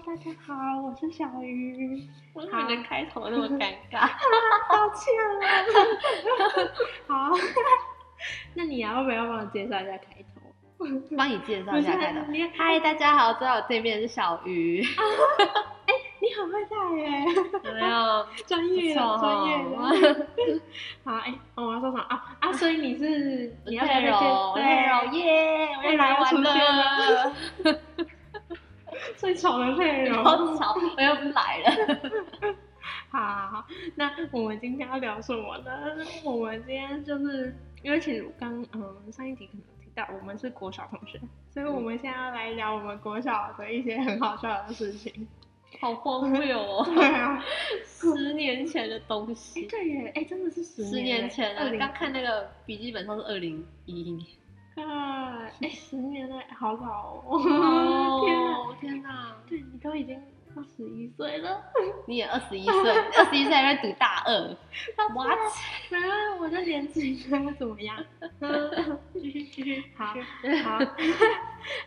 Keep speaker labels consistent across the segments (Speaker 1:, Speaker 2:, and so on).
Speaker 1: 大家好，我是小鱼。
Speaker 2: 我怎么你的开头那么尴尬？
Speaker 1: 抱歉了。 好，那你要不要帮我介绍一下开头？
Speaker 2: 帮你介绍一下开头。
Speaker 1: 你
Speaker 2: 嗨，大家好，坐在我对面是小鱼，
Speaker 1: 你很会带耶，
Speaker 2: 有没有？
Speaker 1: 专业的，
Speaker 2: 不错哦
Speaker 1: 专业的。 好，哎、哦我要说什么啊？啊，所以你是你要不要再
Speaker 2: 温
Speaker 1: 介
Speaker 2: 柔，温柔
Speaker 1: 对，
Speaker 2: 耶，
Speaker 1: 我
Speaker 2: 我
Speaker 1: 来
Speaker 2: 来
Speaker 1: 又出
Speaker 2: 玩
Speaker 1: 现了
Speaker 2: 了，
Speaker 1: 最丑的配容。
Speaker 2: 好吵，我又不来 了。
Speaker 1: 好，那我们今天要聊什么呢？我们今天就是因为其实我刚嗯上一集可能有提到我们是国小同学，所以我们现在要来聊我们国小的一些很好笑的事情。
Speaker 2: 好荒谬哦，
Speaker 1: 对啊，
Speaker 2: 十年前的东
Speaker 1: 哎、
Speaker 2: 西。
Speaker 1: 对耶，哎、真的是十
Speaker 2: 十年前
Speaker 1: 二
Speaker 2: 了，
Speaker 1: 零
Speaker 2: 刚看那个笔记本上是二零一一年。
Speaker 1: 啊，哎、十年了，好老哦！天哪，
Speaker 2: 哦，天哪！
Speaker 1: 对你都已经二十一岁了，
Speaker 2: 你也二十一岁，二十一岁还在读大 二，what？
Speaker 1: 啊然后我就年轻了， 怎么 样？
Speaker 2: 继续继续，
Speaker 1: 好，好，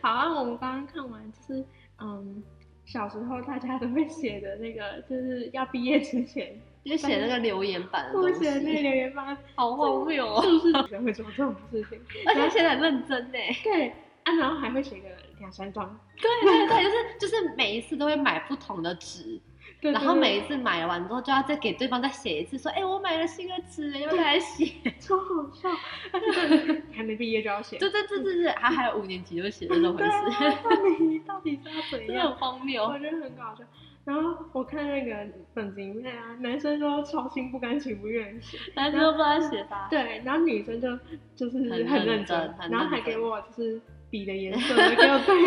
Speaker 1: 好啊！我们刚刚看完，就是嗯，小时候大家都会写的那个，就是要毕业之前
Speaker 2: 就写那个留言板的
Speaker 1: 我
Speaker 2: 东
Speaker 1: 写的那个
Speaker 2: 西，
Speaker 1: 留言板，
Speaker 2: 好荒谬哦！
Speaker 1: 是不是人会做这种事 情？
Speaker 2: 而且写的认真呢，
Speaker 1: 对啊，然后还会写个两三张，
Speaker 2: 对对对，就是就是每一次都会买不同的纸，
Speaker 1: 对，
Speaker 2: 然后
Speaker 1: 对
Speaker 2: 每一次买完之后就要再给对方再写一次，说，哎，我买了新的纸，要不要来写？
Speaker 1: 对超好笑，而且你还没毕业就要 写，
Speaker 2: 对对对对对，还还有五年级就写这种回
Speaker 1: 对
Speaker 2: 事，
Speaker 1: 啊， 到底到底是要 怎
Speaker 2: 真的很
Speaker 1: 样？
Speaker 2: 荒谬。
Speaker 1: 我觉得很搞笑。然后我看那个本子里面啊，男生都超心不甘情不愿写，
Speaker 2: 男生都不知道写啥。
Speaker 1: 对，然后女生就就是
Speaker 2: 很
Speaker 1: 很
Speaker 2: 认
Speaker 1: 认
Speaker 2: 真
Speaker 1: 真，
Speaker 2: 很
Speaker 1: 然后还
Speaker 2: 认
Speaker 1: 给
Speaker 2: 真
Speaker 1: 我就是笔的颜 色，给我对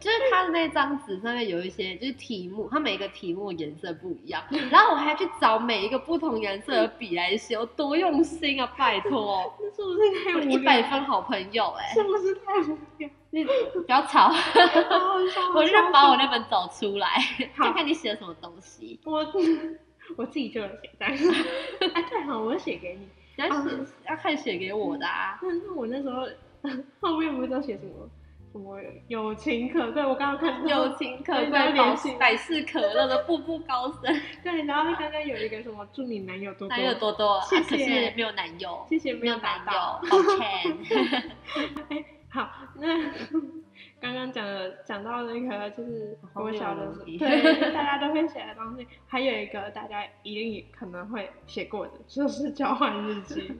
Speaker 2: 就是他的那张纸上面有一些就是题目，它每一个题目颜色不一样，然后我还去找每一个不同颜色的笔来写，我多用心啊！拜托，
Speaker 1: 这是不是太
Speaker 2: 我
Speaker 1: 无
Speaker 2: 一
Speaker 1: 聊
Speaker 2: 百？分好朋友哎、
Speaker 1: 是不是太无 聊？
Speaker 2: 你不要吵，
Speaker 1: 好好笑
Speaker 2: 我就是把我那本找出来，
Speaker 1: 好
Speaker 2: 看看你写了什么东西。
Speaker 1: 我我自己就有写，但是哎，对哈，我写给你。
Speaker 2: 你要写、要看写给我的啊，
Speaker 1: 但是我那时候后面不是都写什么什么友情可贵，我刚刚看
Speaker 2: 友情可
Speaker 1: 嗯对然后
Speaker 2: 贵，百
Speaker 1: 联系
Speaker 2: 百事可乐的步步 高升，
Speaker 1: 对，然后刚刚有一个什么祝你男友多多
Speaker 2: 男友多多，啊
Speaker 1: 谢
Speaker 2: 可
Speaker 1: 谢
Speaker 2: 是没有男友，
Speaker 1: 谢谢没
Speaker 2: 没
Speaker 1: 有
Speaker 2: 有
Speaker 1: 达
Speaker 2: 男
Speaker 1: 到。
Speaker 2: 友，抱歉。
Speaker 1: 好，那刚刚讲的讲到那个就是
Speaker 2: 荒
Speaker 1: 我
Speaker 2: 谬
Speaker 1: 小
Speaker 2: 的
Speaker 1: 的时候，
Speaker 2: 问题
Speaker 1: 对，大家都会写的东西，还有一个大家一定也可能会写过的，就是交换日记。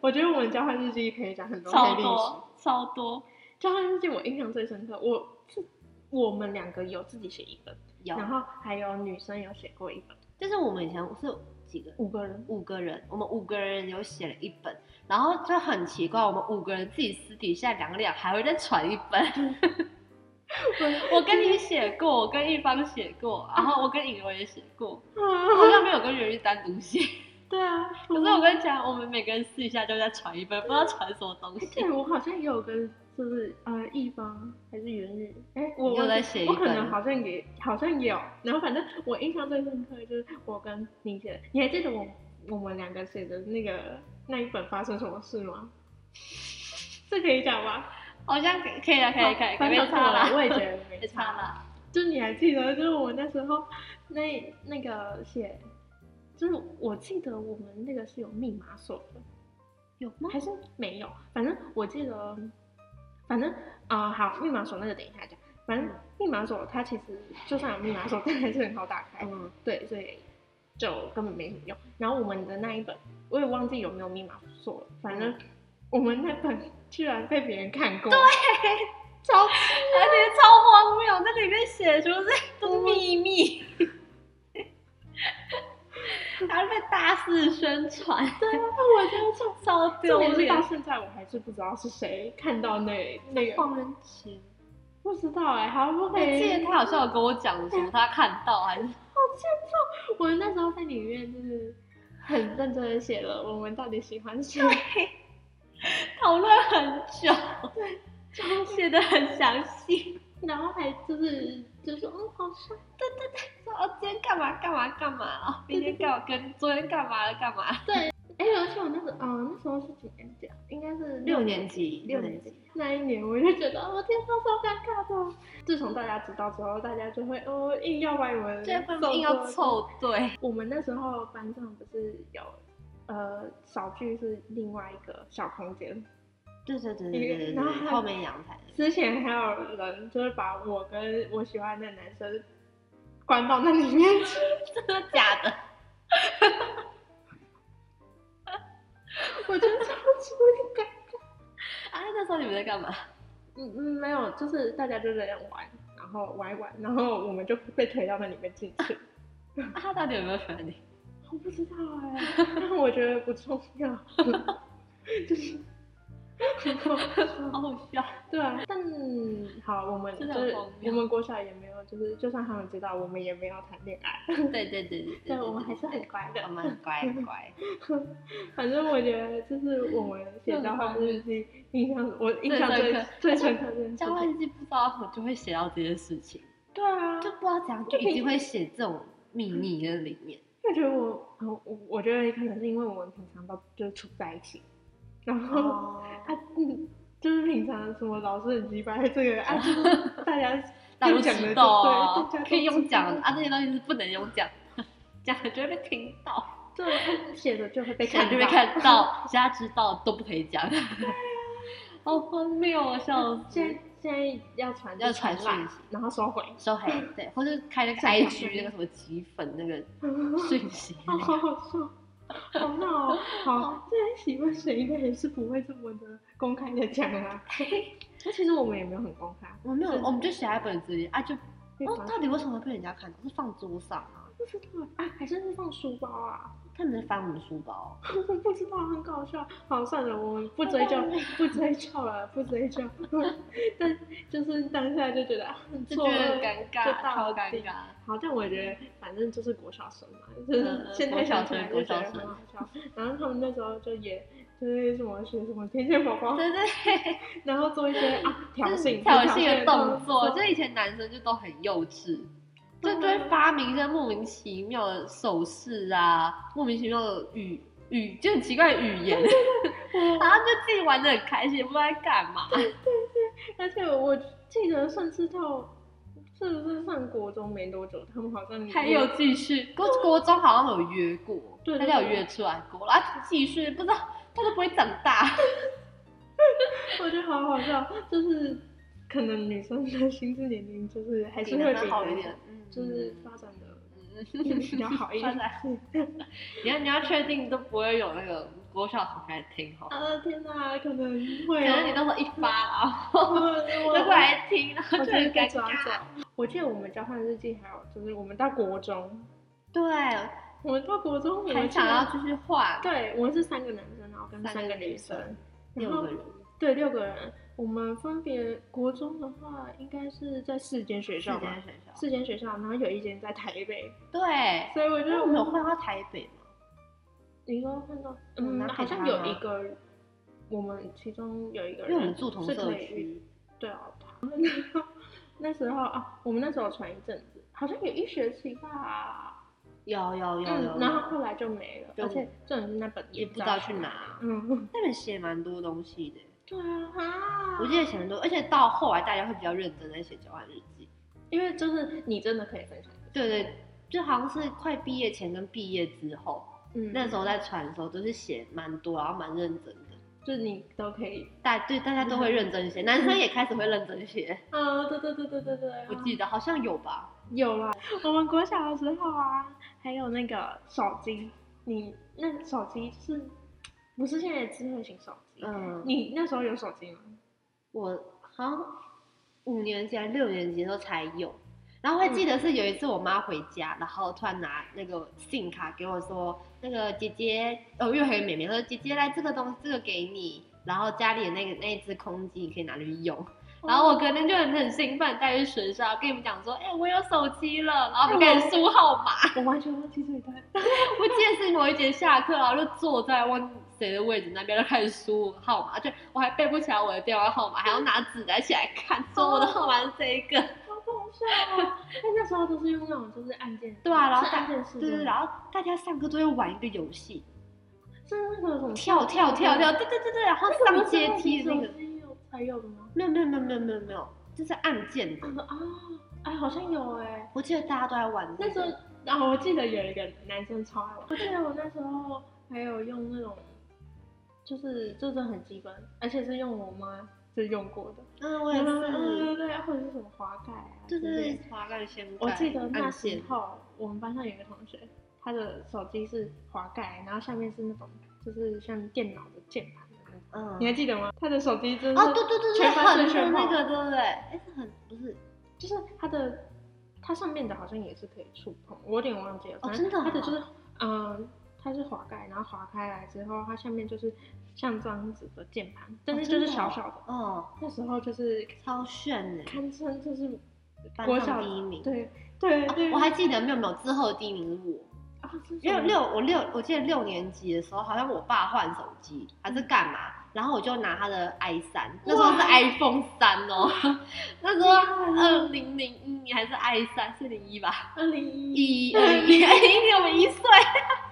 Speaker 1: 我觉得我们交换日记可以讲很多黑
Speaker 2: 超
Speaker 1: 历史。
Speaker 2: 多超多，
Speaker 1: 交换日记我印象最深刻，我是我们两个有自己写一本，
Speaker 2: 有，
Speaker 1: 然后还有女生有写过一本，
Speaker 2: 就是我们以前是几个
Speaker 1: 五个人。
Speaker 2: 五个人，我们五个人有写了一本，然后就很奇怪，我们五个人自己私底下两两还会再传一本。 我跟你写过，我跟一方写过，然后我跟颖柔也写 过，好像没有跟袁玉单独写。
Speaker 1: 啊对啊，
Speaker 2: 可是我跟你讲，我们每个人私底下就在传一本，不知道传什么东
Speaker 1: 哎，
Speaker 2: 西。
Speaker 1: 对，我好像也有跟，就是呃，一方还是元日，哎，我
Speaker 2: 你有
Speaker 1: 我
Speaker 2: 在写一
Speaker 1: 我可
Speaker 2: 本
Speaker 1: 能好像也好像也有，然后反正我印象最深刻的就是我跟你写的，你还记得我我们两个写的那个那一本发生什么事吗？这可以讲吗？
Speaker 2: 好像可以可以了，可以可以，可
Speaker 1: 反
Speaker 2: 以
Speaker 1: 正
Speaker 2: 没差
Speaker 1: 我
Speaker 2: 了，
Speaker 1: 也觉 得没
Speaker 2: 没差。了。
Speaker 1: 就是你还记得，就是我那时候那那个写，就是我记得我们那个是有密码锁的，
Speaker 2: 有吗？
Speaker 1: 还是没有，反正我记得，反正啊、呃好，密码锁那个等一下讲。反正密码锁它其实就算有密码锁， 但还是很好打开。
Speaker 2: 嗯，
Speaker 1: 对，所以就根本没什么用。然后我们的那一本，我也忘记有没有密码锁了，反正我们那本 居然被别人看过。对，超
Speaker 2: 而且超荒谬，那里面写的全 部是都秘密，还被大肆宣传，
Speaker 1: 啊我觉得超。
Speaker 2: 超
Speaker 1: 重
Speaker 2: 丢
Speaker 1: 点是
Speaker 2: 脸
Speaker 1: 到，现在我还是不知道是谁看到那那个，
Speaker 2: 放人钱。
Speaker 1: 不知道哎、好不
Speaker 2: 我
Speaker 1: 可以。
Speaker 2: 记得他好像有跟我讲
Speaker 1: 啊
Speaker 2: 什么，他看到还是
Speaker 1: 我们那时候在里面就是很认真的写了我们到底喜欢 谁，
Speaker 2: 讨论很久，
Speaker 1: 啊
Speaker 2: 写的很详细，
Speaker 1: 然后还就是就说哦好帅，
Speaker 2: 说哦今天干嘛干嘛干嘛哦，明天干嘛跟昨天干嘛了干嘛。
Speaker 1: 哦哎，而且我那时候，嗯、那时候是几年级啊？应该是
Speaker 2: 六年级，
Speaker 1: 六年级。那一年，我就觉得我天哪，超尴尬的。自从大家知道之后，大家就会哦硬要把你们
Speaker 2: 这份硬要
Speaker 1: 凑过
Speaker 2: 凑对，
Speaker 1: 去。我们那时候班上不是有呃小聚是另外一个小空间，
Speaker 2: 对对对对对对
Speaker 1: 然后还
Speaker 2: 对，后面阳台那个
Speaker 1: 之前还有人就是把我跟我喜欢的男生关到那里面去，
Speaker 2: 真的假的？
Speaker 1: 我觉得超级尴尬。
Speaker 2: 啊，那时候你们在干嘛？
Speaker 1: 嗯嗯，没有，就是大家就在那玩，然后玩一玩，然后我们就被推到那里面进去。
Speaker 2: 啊他到底有没有喜欢你？
Speaker 1: 我不知道哎、但 我觉得不重 要， 就是。
Speaker 2: 好好笑。
Speaker 1: 对啊，但好，我们就
Speaker 2: 真的
Speaker 1: 是
Speaker 2: 很荒
Speaker 1: 我
Speaker 2: 谬
Speaker 1: 们国小也没有，就是就算他们知道，我们也没有谈恋爱，
Speaker 2: 对对对对
Speaker 1: 对，我们还是很乖的
Speaker 2: 我。们很乖很乖。
Speaker 1: 反正我觉得就是我们写交换日记，印象我印象
Speaker 2: 最
Speaker 1: 最
Speaker 2: 深刻
Speaker 1: 最深刻的
Speaker 2: 交换日记不知道我就会写到这些事情，
Speaker 1: 对啊，
Speaker 2: 就不知道怎样就一定会写这种秘密在里面。
Speaker 1: 就觉得我，呃我我觉得可能是因为我们平常都就是处在一起，然后、
Speaker 2: 哦
Speaker 1: 啊，嗯，就是平常什么老师很鸡掰这个啊， 就是大家
Speaker 2: 大家都
Speaker 1: 用讲的
Speaker 2: 知
Speaker 1: 就
Speaker 2: 道
Speaker 1: 对大
Speaker 2: 啊
Speaker 1: 家，都
Speaker 2: 可以用
Speaker 1: 知
Speaker 2: 讲
Speaker 1: 道
Speaker 2: 啊，那些东西是不能用讲， 讲了就会被听到，
Speaker 1: 对啊写的就会被
Speaker 2: 讲
Speaker 1: 看
Speaker 2: 就被
Speaker 1: 到，
Speaker 2: 看到， 现在知道都不可以讲。 好荒谬啊！笑
Speaker 1: 现
Speaker 2: 死
Speaker 1: 在。现在要传
Speaker 2: 要传
Speaker 1: 讯
Speaker 2: 讯息
Speaker 1: 然后收回，
Speaker 2: 收黑
Speaker 1: 嗯
Speaker 2: 对，或是开那个
Speaker 1: 上网
Speaker 2: IG 那个什么集粉那
Speaker 1: 嗯
Speaker 2: 个讯息，
Speaker 1: 好好笑。好闹哦！好，这些喜欢谁应该也是不会这么的公开的讲 啦、 那其实我们也没有很公开，
Speaker 2: 我没有，
Speaker 1: 是
Speaker 2: 我们就写在本子里啊，就
Speaker 1: 可以
Speaker 2: 哦
Speaker 1: 把，
Speaker 2: 到底为什么被人家看到？是放桌上啊？
Speaker 1: 不知道啊，还是是放书包啊？
Speaker 2: 他们在翻我们的书包，
Speaker 1: 我不知道，很搞笑。好，算了，我们不追 究，不追究了，不追究。 但就是当下就觉得啊很
Speaker 2: 就
Speaker 1: 错
Speaker 2: 觉
Speaker 1: 愕
Speaker 2: 得很尴
Speaker 1: 就
Speaker 2: 尬，
Speaker 1: 到
Speaker 2: 超
Speaker 1: 底
Speaker 2: 尴尬。
Speaker 1: 好，但我觉得反正就是国小生嘛，就是
Speaker 2: 嗯
Speaker 1: 现在
Speaker 2: 国小
Speaker 1: 想起来
Speaker 2: 生
Speaker 1: 就
Speaker 2: 国
Speaker 1: 觉
Speaker 2: 小
Speaker 1: 得很
Speaker 2: 生
Speaker 1: 好笑。然后他们那时候就也就是什么学什么天线宝 宝，
Speaker 2: 对对，
Speaker 1: 然后做一些啊挑
Speaker 2: 就是
Speaker 1: 衅
Speaker 2: 嗯挑
Speaker 1: 衅
Speaker 2: 衅的动作，
Speaker 1: 就
Speaker 2: 就以前男生就都很幼稚，
Speaker 1: 对
Speaker 2: 就
Speaker 1: 啊
Speaker 2: 就会发明一些莫名其妙的手势啊，莫名其妙的语语，就很奇怪的语 言，然后就自己玩的很开心，也不知道在干嘛。
Speaker 1: 而且我记得甚至到是不是上国中没多久，他们好像
Speaker 2: 还
Speaker 1: 也
Speaker 2: 有继续，国国中好像有约过，
Speaker 1: 对
Speaker 2: 大
Speaker 1: 对
Speaker 2: 家有
Speaker 1: 对
Speaker 2: 约出来过，然后继续不知道他都不会长大，
Speaker 1: 我觉得好好笑，就是可能女生的心智年龄就是还是会比
Speaker 2: 好一
Speaker 1: 男
Speaker 2: 点
Speaker 1: 生，
Speaker 2: 嗯
Speaker 1: 就是发展的
Speaker 2: 嗯
Speaker 1: 比较好一点。
Speaker 2: 发你要你要确定都不会有那个国小同学来听哈，
Speaker 1: 啊天哪，可能会、
Speaker 2: 可
Speaker 1: 哦，
Speaker 2: 能你到时候一发，然 后
Speaker 1: 我
Speaker 2: 就过来听，然后
Speaker 1: 我
Speaker 2: 就
Speaker 1: 真
Speaker 2: 很
Speaker 1: 的被
Speaker 2: 尴
Speaker 1: 抓
Speaker 2: 尬。
Speaker 1: 走。我记得我们交换日记还有就是我们到国中，
Speaker 2: 对，
Speaker 1: 我们到国中我
Speaker 2: 很
Speaker 1: 们
Speaker 2: 想
Speaker 1: 竟然
Speaker 2: 要继续换，
Speaker 1: 对，我们是三个男生，然后跟
Speaker 2: 三
Speaker 1: 三
Speaker 2: 个
Speaker 1: 个
Speaker 2: 女
Speaker 1: 女
Speaker 2: 生
Speaker 1: 生，然
Speaker 2: 六
Speaker 1: 后
Speaker 2: 个人，
Speaker 1: 对六个人，我们分别国中的话应该是在四间学
Speaker 2: 四
Speaker 1: 校嘛
Speaker 2: 间，学校，
Speaker 1: 四间学校，然后有一间在台北，
Speaker 2: 对。
Speaker 1: 所以我觉
Speaker 2: 那
Speaker 1: 得我
Speaker 2: 我们
Speaker 1: 们
Speaker 2: 有换到台北吗？
Speaker 1: 你说看到，
Speaker 2: 嗯
Speaker 1: 嗯，
Speaker 2: 那
Speaker 1: 好
Speaker 2: 陪
Speaker 1: 像
Speaker 2: 他
Speaker 1: 有
Speaker 2: 吗
Speaker 1: 一个，我们其中有一个人，
Speaker 2: 因为我们住同
Speaker 1: 是
Speaker 2: 社
Speaker 1: 可以遇，
Speaker 2: 区，
Speaker 1: 对啊，他那时候啊，我们那时候传一阵子，好像有一学期吧，
Speaker 2: 有有有有
Speaker 1: 嗯，
Speaker 2: 有，
Speaker 1: 然后后来就没了，
Speaker 2: 就
Speaker 1: 而且重点是那本
Speaker 2: 也
Speaker 1: 不
Speaker 2: 不知
Speaker 1: 道
Speaker 2: 道去哪，
Speaker 1: 嗯，
Speaker 2: 那本写蛮多东西的，
Speaker 1: 对啊，啊
Speaker 2: 我记得写蛮多，而且到后来大家会比较认真在写交换日记。
Speaker 1: 因为就是你真的可以分享，
Speaker 2: 对对，就好像是快毕业前跟毕业之后，
Speaker 1: 嗯，
Speaker 2: 那时候在传的时候都是写蛮多，然后蛮认真的。
Speaker 1: 就是你都可以，
Speaker 2: 大对大家都会认真写，男生也开始会认真写，
Speaker 1: 啊，对对对对对对，啊
Speaker 2: 我记得好像有吧。
Speaker 1: 有啦，我们国小的时候啊，还有那个手机，你那个手机是不是现在的智慧型手机？
Speaker 2: 嗯，
Speaker 1: 你那时候有手机吗？
Speaker 2: 我好像五年级还是六年级的时候才有。然后会记得是有一次我妈回家，然后突然拿那个信卡给我说，那个姐姐，哦，又还有妹妹说姐姐来这个东西，这个给你，然后家里的那个那一只公鸡你可以拿去用。然后我隔天就很很兴奋，带去学校跟你们讲说，哎、我有手机了，然后就开始输号码。
Speaker 1: 我完全忘记这一段。
Speaker 2: 我记得是某一节下课，然后就坐在忘记谁的位置那边，就开始输号码，就我还背不起来我的电话号码，还要拿纸来起来看，说我的号码是这一个。
Speaker 1: 好搞笑哦！但那时候都是用那种就是按键，
Speaker 2: 对啊然后
Speaker 1: 是按键式
Speaker 2: 对
Speaker 1: 的，
Speaker 2: 对，对然后大家上课都会玩一个游戏，
Speaker 1: 是那个什么
Speaker 2: 跳跳跳跳，，对对对对，然后上阶梯的那
Speaker 1: 那
Speaker 2: 个
Speaker 1: 个，不是手机哦还有的吗？
Speaker 2: 没有没有没有没有没有没有，这是按键的。
Speaker 1: 啊、哎，好像有哎、
Speaker 2: 我记得大家都在玩这
Speaker 1: 那
Speaker 2: 个、
Speaker 1: 时候，然、后我记得有一个男生超爱玩，我记得我那时候还有用那种，就是就是很基本，而且是用我妈是用过的，
Speaker 2: 嗯，我也
Speaker 1: 嗯
Speaker 2: 是，
Speaker 1: 对对对，或者是什么滑盖啊，
Speaker 2: 对
Speaker 1: 之类
Speaker 2: 对
Speaker 1: 的，
Speaker 2: 滑盖先
Speaker 1: 我记得那
Speaker 2: 按
Speaker 1: 时
Speaker 2: 键，
Speaker 1: 候我们班上有一个同学，他的手机是滑盖，然后下面是那种就是像电脑的键盘的那种，
Speaker 2: 嗯，
Speaker 1: 你还记得吗？他的手机就是
Speaker 2: 哦，对对对对，
Speaker 1: 全班最
Speaker 2: 很多
Speaker 1: 炫
Speaker 2: 那
Speaker 1: 炮
Speaker 2: 个，对不对？哎，是很不是
Speaker 1: 就是它的，它上面的好像也是可以触碰，我有点忘记了。
Speaker 2: 哦
Speaker 1: 反正
Speaker 2: 真的
Speaker 1: 它的
Speaker 2: 哦
Speaker 1: 就是，嗯、它是滑盖，然后滑开来之后，它下面就是像这样子的键盘，但是就
Speaker 2: 真
Speaker 1: 是
Speaker 2: 的
Speaker 1: 小
Speaker 2: 哦
Speaker 1: 小的。
Speaker 2: 哦，
Speaker 1: 那时候就是
Speaker 2: 超炫的，
Speaker 1: 堪称就是
Speaker 2: 班
Speaker 1: 国小
Speaker 2: 上第一名
Speaker 1: 对对
Speaker 2: 啊
Speaker 1: 对，
Speaker 2: 我还记得没有没有之后的第一名是我，
Speaker 1: 啊是什
Speaker 2: 因为
Speaker 1: 么
Speaker 2: 六我六我记得六年级的时候，好像我爸换手机还是干嘛，然后我就拿他的 i 三，那时候是 iPhone 三哦， 那时候二零零一年还是 i 三是零一吧，
Speaker 1: 二零一
Speaker 2: 一二零一二 哎零一年我们一岁。啊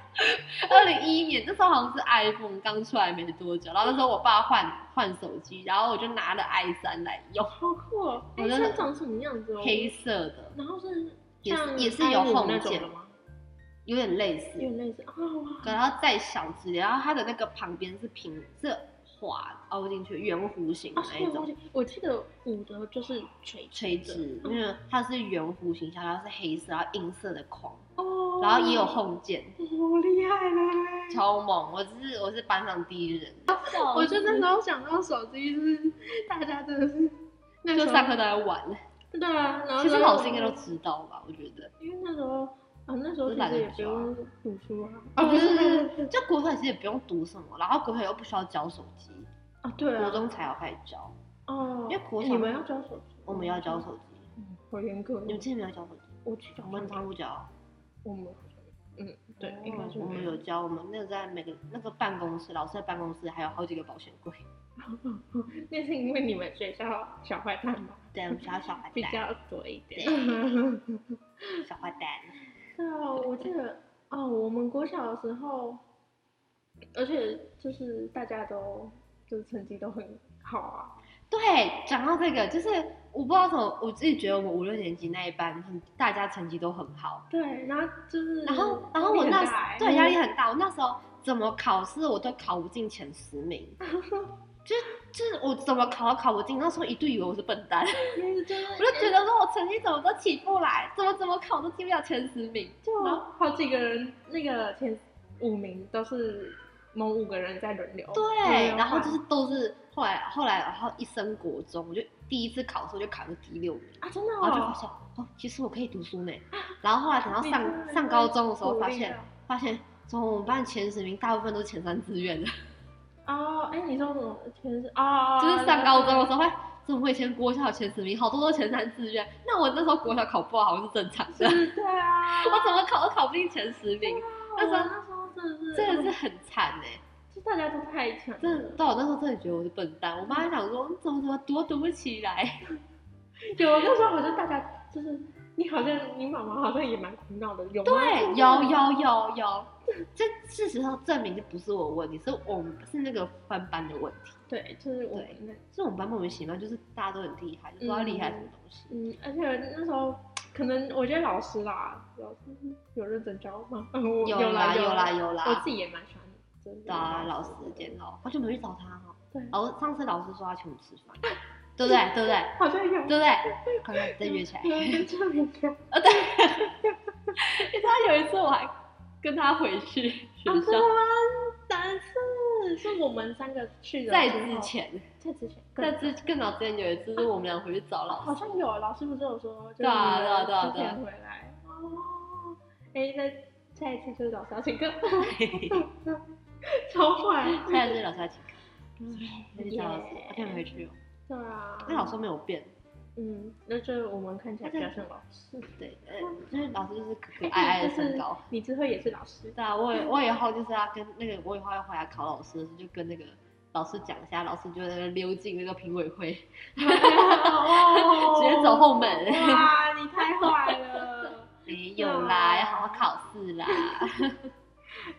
Speaker 2: 二零一一年，那时候好像是 iPhone 刚出来没多久，然后那时候我爸换换手机，然后我就拿了 i 三来用，
Speaker 1: 好酷哦！
Speaker 2: 我
Speaker 1: 哎，
Speaker 2: 真
Speaker 1: 它
Speaker 2: 的
Speaker 1: 长什么样子哦？
Speaker 2: 黑，色的，
Speaker 1: 然后是
Speaker 2: 也是
Speaker 1: 像
Speaker 2: 也是有
Speaker 1: iPhone
Speaker 2: 红
Speaker 1: 那种
Speaker 2: 键
Speaker 1: 的吗？
Speaker 2: 有点类
Speaker 1: 有
Speaker 2: 似，
Speaker 1: 点类似啊，哇
Speaker 2: 然后再小只一点，然后它的那个旁边是平是滑凹进去圆弧形的
Speaker 1: 啊，所以
Speaker 2: 那一
Speaker 1: 我忘
Speaker 2: 种
Speaker 1: 记我记得五的就是垂直
Speaker 2: 垂直，因为它是圆弧形，然后是黑色，然后银色的框，
Speaker 1: 哦，
Speaker 2: 然后也有后键，
Speaker 1: 好厉害嘞！
Speaker 2: 超猛！我是我是班上第一人，
Speaker 1: 我就那时候想到手机是大家真的是那时
Speaker 2: 就
Speaker 1: 候
Speaker 2: 上课都在玩，
Speaker 1: 对啊，然后
Speaker 2: 其实
Speaker 1: 就
Speaker 2: 老师应该都知道吧？我觉得，
Speaker 1: 因为那时候啊那时候
Speaker 2: 都
Speaker 1: 其
Speaker 2: 懒
Speaker 1: 实
Speaker 2: 得
Speaker 1: 也不
Speaker 2: 抓
Speaker 1: 用读书啊，
Speaker 2: 哦不是
Speaker 1: 对对
Speaker 2: 不是，就国小其实也不用读什么，然后国小又不需要教手机，
Speaker 1: 啊对啊，
Speaker 2: 国中才要开始教，
Speaker 1: 哦，
Speaker 2: 因为国小
Speaker 1: 你们要教手机，
Speaker 2: 我们要教，手机，
Speaker 1: 嗯，好严格哦，
Speaker 2: 你们之前没有教手机，
Speaker 1: 我去
Speaker 2: 我
Speaker 1: 找
Speaker 2: 们
Speaker 1: 问
Speaker 2: 常
Speaker 1: 他，
Speaker 2: 不教。啊
Speaker 1: 我们嗯对，应该是
Speaker 2: 哦我们有教我们那个在每个那个办公室，老师的办公室还有好几个保险柜，
Speaker 1: 那是因为你们学校小坏蛋吧
Speaker 2: 对，我们小小坏
Speaker 1: 比
Speaker 2: 蛋，
Speaker 1: 较多一点。
Speaker 2: 小坏蛋，
Speaker 1: 对啊，我记得哦，我们国小的时候，而且就是大家都就是成绩都很好啊。
Speaker 2: 对，讲到这个，就是我不知道怎么，我自己觉得我们五六年级那一班很，大家成绩都很好，
Speaker 1: 对，然后就是，
Speaker 2: 然后然后我那时对压
Speaker 1: 嗯压
Speaker 2: 力
Speaker 1: 力欸
Speaker 2: 很大，我那时候怎么考试我都考不进前十名，
Speaker 1: 很大欸，
Speaker 2: 就就是我怎么考都考不进，那时候一度以为我是笨蛋，
Speaker 1: 因为就是
Speaker 2: 我就觉得说我成绩怎么都起不来，怎么怎么考都进不了前十名，
Speaker 1: 就
Speaker 2: 然
Speaker 1: 好几个人，那个前五名都是某五个人在轮流，轮
Speaker 2: 对，
Speaker 1: 流
Speaker 2: 然后
Speaker 1: 换
Speaker 2: 就是都是后来后来，然后一升国中，我就第一次考试我就考个第六名，
Speaker 1: 啊，真的
Speaker 2: 然后就发
Speaker 1: 哦，
Speaker 2: 现哦，其实我可以读书呢。然后后来等 到
Speaker 1: 你真
Speaker 2: 上
Speaker 1: 的
Speaker 2: 上高中的时
Speaker 1: 鼓
Speaker 2: 候，
Speaker 1: 励
Speaker 2: 发现
Speaker 1: 啊
Speaker 2: 发现从我们班前十名大部分都是前三志愿的，
Speaker 1: 哦，哎，你说什么？全是哦，
Speaker 2: 就是上高中的时候会。怎么会以前国小前十名，好多都前三志愿？那我那时候国小考不好，好像是正常的。
Speaker 1: 是，对啊，
Speaker 2: 我怎么考都考不进前十名，
Speaker 1: 那时候那时候真的是
Speaker 2: 真的是很惨哎、
Speaker 1: 就大家都太强了，
Speaker 2: 真的，到我那时候真的觉得我是笨蛋。我妈还想说，你嗯怎么怎么读都读不起来。
Speaker 1: 有那时候好像大家就是你好像你妈妈好像也蛮苦恼的，有吗？
Speaker 2: 对，有有有有，这事实上证明这不是我的问题，是我们是那个分班的问题。
Speaker 1: 对，就是我
Speaker 2: 对
Speaker 1: 那
Speaker 2: 是我们班莫名其妙，就是大家都很厉害，就不知道厉害什么东西。
Speaker 1: 嗯，而且那时候可能我觉得老师啦，老师有认真教吗？ 嗯，我
Speaker 2: 有啦
Speaker 1: 啦
Speaker 2: 有啦
Speaker 1: 啦，
Speaker 2: 有啦，
Speaker 1: 我自己也蛮喜欢真
Speaker 2: 对
Speaker 1: 的
Speaker 2: 啊，老师见到，好久没去找他哦。
Speaker 1: 对，
Speaker 2: 哦，上次老师说要请我们吃饭，对不对？对不对？
Speaker 1: 好像有
Speaker 2: 对不对？赶快再约起来。
Speaker 1: 对， 就有点
Speaker 2: 啊，对。你知道有一次我还跟他回去学
Speaker 1: 啊，真的
Speaker 2: 校，
Speaker 1: 吗？但是是我们三个去的，
Speaker 2: 在之，前，
Speaker 1: 在之前，
Speaker 2: 在之更早之前有一次是我们俩回去找老师
Speaker 1: 好。像有啊老师不是有说，就是
Speaker 2: 对啊
Speaker 1: 你
Speaker 2: 对啊对啊
Speaker 1: 们之
Speaker 2: 对啊
Speaker 1: 前回来哦。哎，那下一次就是老师要请客，超坏。啊
Speaker 2: 现在就是老师在请客，那就
Speaker 1: Yeah
Speaker 2: 找老师，他没回去哦。
Speaker 1: 对啊，
Speaker 2: 那老师没有变，
Speaker 1: 嗯，那就是我们看起来比较像老师。
Speaker 2: 对，呃，就是老师就是可
Speaker 1: 嗯
Speaker 2: 可 爱爱的身高。
Speaker 1: 你之后也是老 师，
Speaker 2: 对啊，我也我以后就是要跟那个，我以后要回来考老师的时候，就跟那个老师讲一下，老师就在那溜进那个评委会，
Speaker 1: 哦
Speaker 2: 直接走后门。
Speaker 1: 哇，嗯你太坏了。
Speaker 2: 没有啦，
Speaker 1: 哇
Speaker 2: 要好好考试啦。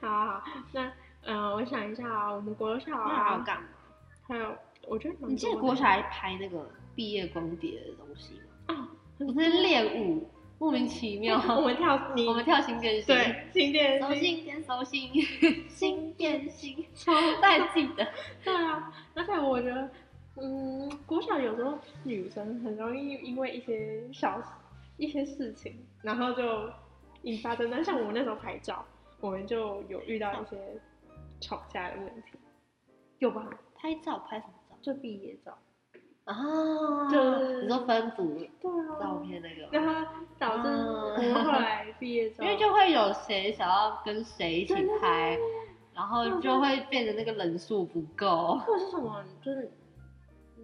Speaker 1: 好好，好那呃，我想一下啊，我们国小
Speaker 2: 那还要
Speaker 1: 啊，
Speaker 2: 干嘛？
Speaker 1: 还有我觉得蛮
Speaker 2: 你记得
Speaker 1: 多
Speaker 2: 国
Speaker 1: 的
Speaker 2: 小还拍那个毕业光碟的东西吗？
Speaker 1: 啊，很
Speaker 2: 我是练舞，莫名 其妙。
Speaker 1: 我们跳你
Speaker 2: 我们跳新变心，，
Speaker 1: 对新电
Speaker 2: 手
Speaker 1: 信
Speaker 2: 心变手心，新 变心，超带劲的。
Speaker 1: 对啊，而且我觉得。嗯，国小有时候女生很容易因为一些小一些事情，然后就引发争端。像我们那时候拍照，我们就有遇到一些吵架的问题，有吧？
Speaker 2: 拍照拍什么照？
Speaker 1: 就毕业照，
Speaker 2: 啊，
Speaker 1: 就是
Speaker 2: 你说分组
Speaker 1: 对啊，
Speaker 2: 照片那个
Speaker 1: 然，后导致我们后来毕业照，
Speaker 2: 嗯因为就会有谁想要跟谁一起
Speaker 1: 对对对
Speaker 2: 拍，然后就会变得那个人数不够，
Speaker 1: 或者是什么，就是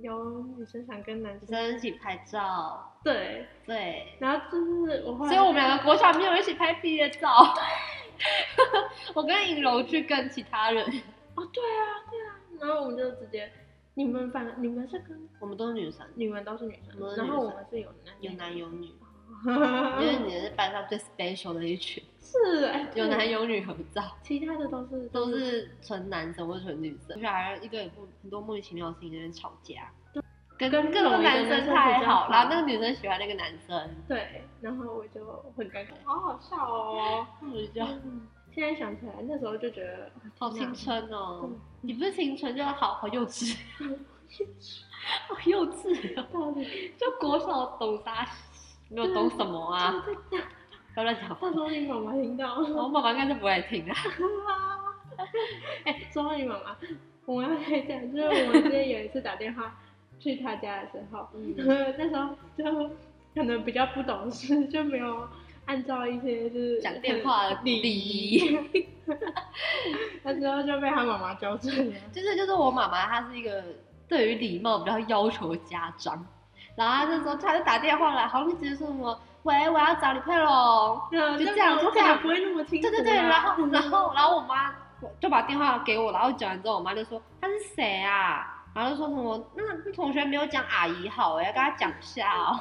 Speaker 1: 有女生想跟男
Speaker 2: 女
Speaker 1: 生
Speaker 2: 生一起拍照，
Speaker 1: 对，
Speaker 2: 对。
Speaker 1: 然后就是我后来，
Speaker 2: 所以我们两个国小没有一起拍毕业照， 我跟尹柔去跟其他人，
Speaker 1: 哦，对啊，对啊，然后我们就直接，你们反你们是跟
Speaker 2: 我们都是女生，
Speaker 1: 你们都是女生，
Speaker 2: 我们是
Speaker 1: 然后
Speaker 2: 女
Speaker 1: 我
Speaker 2: 生
Speaker 1: 们是有男
Speaker 2: 有男 有女，因为
Speaker 1: 有，
Speaker 2: 你是班上最 special 的一群，
Speaker 1: 是哎，对
Speaker 2: 有男，有女合照，
Speaker 1: 其他的都是
Speaker 2: 都是纯男生或者纯女生，而且还有一堆不很多莫名其妙的事情在那边吵架，跟
Speaker 1: 跟
Speaker 2: 各种
Speaker 1: 某一个
Speaker 2: 男
Speaker 1: 男
Speaker 2: 生
Speaker 1: 生
Speaker 2: 太
Speaker 1: 比较
Speaker 2: 好，
Speaker 1: 好
Speaker 2: 然后那个女生喜欢那个男生，
Speaker 1: 对，然后我就很尴尬，好好笑 哦。
Speaker 2: 我就
Speaker 1: 嗯现在想起来，那时候就觉得
Speaker 2: 好青，春哦
Speaker 1: 嗯！
Speaker 2: 你不是青春，就好好幼稚， 好幼稚哦！
Speaker 1: 天哪到 底
Speaker 2: 就国小懂啥？没有懂什么啊？哦
Speaker 1: 到底在讲
Speaker 2: 不要乱讲话。
Speaker 1: 到时候你妈妈听到，
Speaker 2: 我妈妈应该是不爱听啊。
Speaker 1: 哎、说到你妈妈，我要来讲，就是我们之前有一次打电话去她家的时候，
Speaker 2: 嗯，
Speaker 1: 那时候就可能比较不懂事，就没有按照一些就是
Speaker 2: 讲电话的礼仪
Speaker 1: 仪，那时候就被她妈妈纠正了。
Speaker 2: 就是就是我妈妈，她是一个对于礼貌比较要求的家长，然后她那时候她就打电话来，好像就直接说什么“喂，我要找李佩龙”，
Speaker 1: 那
Speaker 2: 就这样
Speaker 1: 我
Speaker 2: 就
Speaker 1: 我
Speaker 2: 这
Speaker 1: 可
Speaker 2: 样
Speaker 1: 能不会那么清楚、
Speaker 2: 对
Speaker 1: 啊。
Speaker 2: 对对，然后然后然后我妈就把电话给我，然后讲完之后，我妈就说她是谁啊？然后就说什么那那同学没有讲阿姨好哎、要跟她讲一下 哦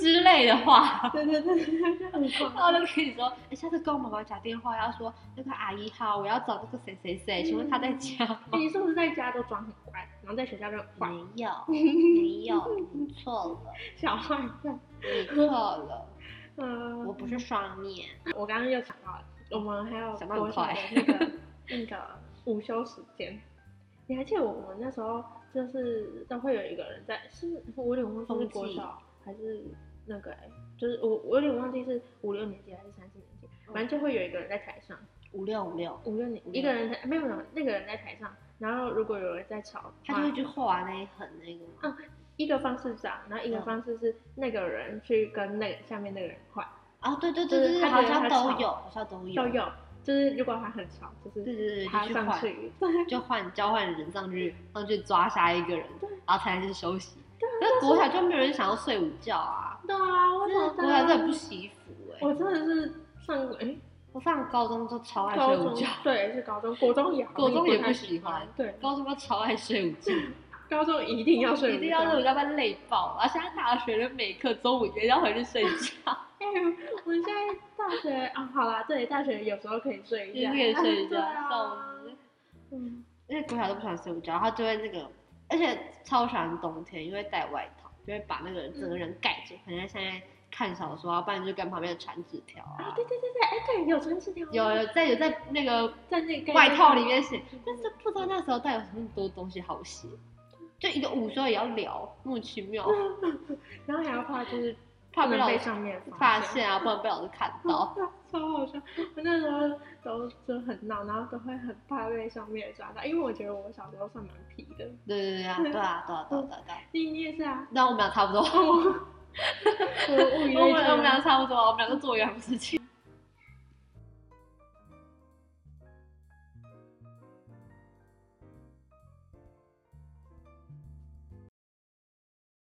Speaker 2: 之类的话。
Speaker 1: 对对对对，就很
Speaker 2: 然后
Speaker 1: 棒
Speaker 2: 我就跟你说，哎、下次跟我妈妈打电话要说那个阿姨好，我要找那个谁谁谁，请问她在家
Speaker 1: 哎
Speaker 2: 吗？
Speaker 1: 你是不是在家都装很乖，然后在学校就很坏，
Speaker 2: 没 有，没有，你错了，
Speaker 1: 小坏蛋？
Speaker 2: 你错了，
Speaker 1: 嗯，
Speaker 2: 我不是双面。
Speaker 1: 我刚刚又想到了，我们还有
Speaker 2: 想到很
Speaker 1: 国小的
Speaker 2: 快
Speaker 1: 那 个那个午休时间，你还记得我们那时候就是都会有一个人在，是我有点忘记
Speaker 2: 风
Speaker 1: 是
Speaker 2: 纪
Speaker 1: 国小还是那个、欸，就是我我有点忘记是五六年级还是三四年级，反正就会有一个人在台上，
Speaker 2: 五六哦五六，
Speaker 1: 五六年
Speaker 2: 五六
Speaker 1: 一个人在没有没有那个人在台上，然后如果有人在吵，
Speaker 2: 她就会去画那一横那个嘛。
Speaker 1: 一个方式讲，然后一个
Speaker 2: 嗯
Speaker 1: 方式是那个人去跟那个下面那个人换，
Speaker 2: 啊，对对对对
Speaker 1: 就是她
Speaker 2: 对，好
Speaker 1: 觉得
Speaker 2: 像
Speaker 1: 她
Speaker 2: 都
Speaker 1: 吵
Speaker 2: 有，好像都有，
Speaker 1: 都有，就是如果他很吵，就是
Speaker 2: 对对对，
Speaker 1: 他
Speaker 2: 就去
Speaker 1: 上
Speaker 2: 换，
Speaker 1: 去，
Speaker 2: 就换交换人上去，上去抓下一个人
Speaker 1: 对，
Speaker 2: 然后才能去休息。可是国小就没有人想要睡午觉啊，
Speaker 1: 对啊，我
Speaker 2: 就是
Speaker 1: 懂
Speaker 2: 国小真的不惜福哎、
Speaker 1: 我真的是上过哎、
Speaker 2: 我上高中就超爱
Speaker 1: 高
Speaker 2: 睡午
Speaker 1: 中
Speaker 2: 觉，
Speaker 1: 对是高中，国中也好
Speaker 2: 国中也不
Speaker 1: 太
Speaker 2: 喜欢，
Speaker 1: 对，
Speaker 2: 高中就超爱睡午觉，
Speaker 1: 高中一定要睡，
Speaker 2: 一定要睡午。觉，不然累爆。然后现在大学的每课中午也要回去睡 觉，
Speaker 1: 哎、我现在大学啊，好啦，对，大学有时候可以睡一
Speaker 2: 也
Speaker 1: 下，
Speaker 2: 是可以睡觉，
Speaker 1: 对啊
Speaker 2: 笑死。
Speaker 1: 嗯，
Speaker 2: 因为国小都不喜欢睡午觉，然后就会那个，而且超喜欢冬天，因为带外套，就会把那个整个人盖住，可能现在看小说啊，不然就跟旁边的传纸条
Speaker 1: 啊，
Speaker 2: 啊。
Speaker 1: 对对对对，哎、对，有传纸条，
Speaker 2: 有有在有在那个
Speaker 1: 在那个
Speaker 2: 外套里面写，但是不知道那时候到底有那么多东西好写，就一个午休也要聊，莫名其妙，
Speaker 1: 然后还要怕 就是
Speaker 2: 怕
Speaker 1: 不
Speaker 2: 被
Speaker 1: 能
Speaker 2: 老
Speaker 1: 被
Speaker 2: 师
Speaker 1: 上面
Speaker 2: 发
Speaker 1: 现。
Speaker 2: 现啊，不然被老师看到。
Speaker 1: 超好笑！我那时候都就很闹，然后都会很怕被上面抓到，因为我觉得我小时候算蛮皮的。
Speaker 2: 对对对啊，对啊，对啊，对啊，对啊对啊。
Speaker 1: 你你也是啊？
Speaker 2: 那我们俩差不多，
Speaker 1: 我我物以
Speaker 2: 我
Speaker 1: 类
Speaker 2: 哦 们我们
Speaker 1: 聚啊
Speaker 2: 俩差不多，我们俩都做一样的事情。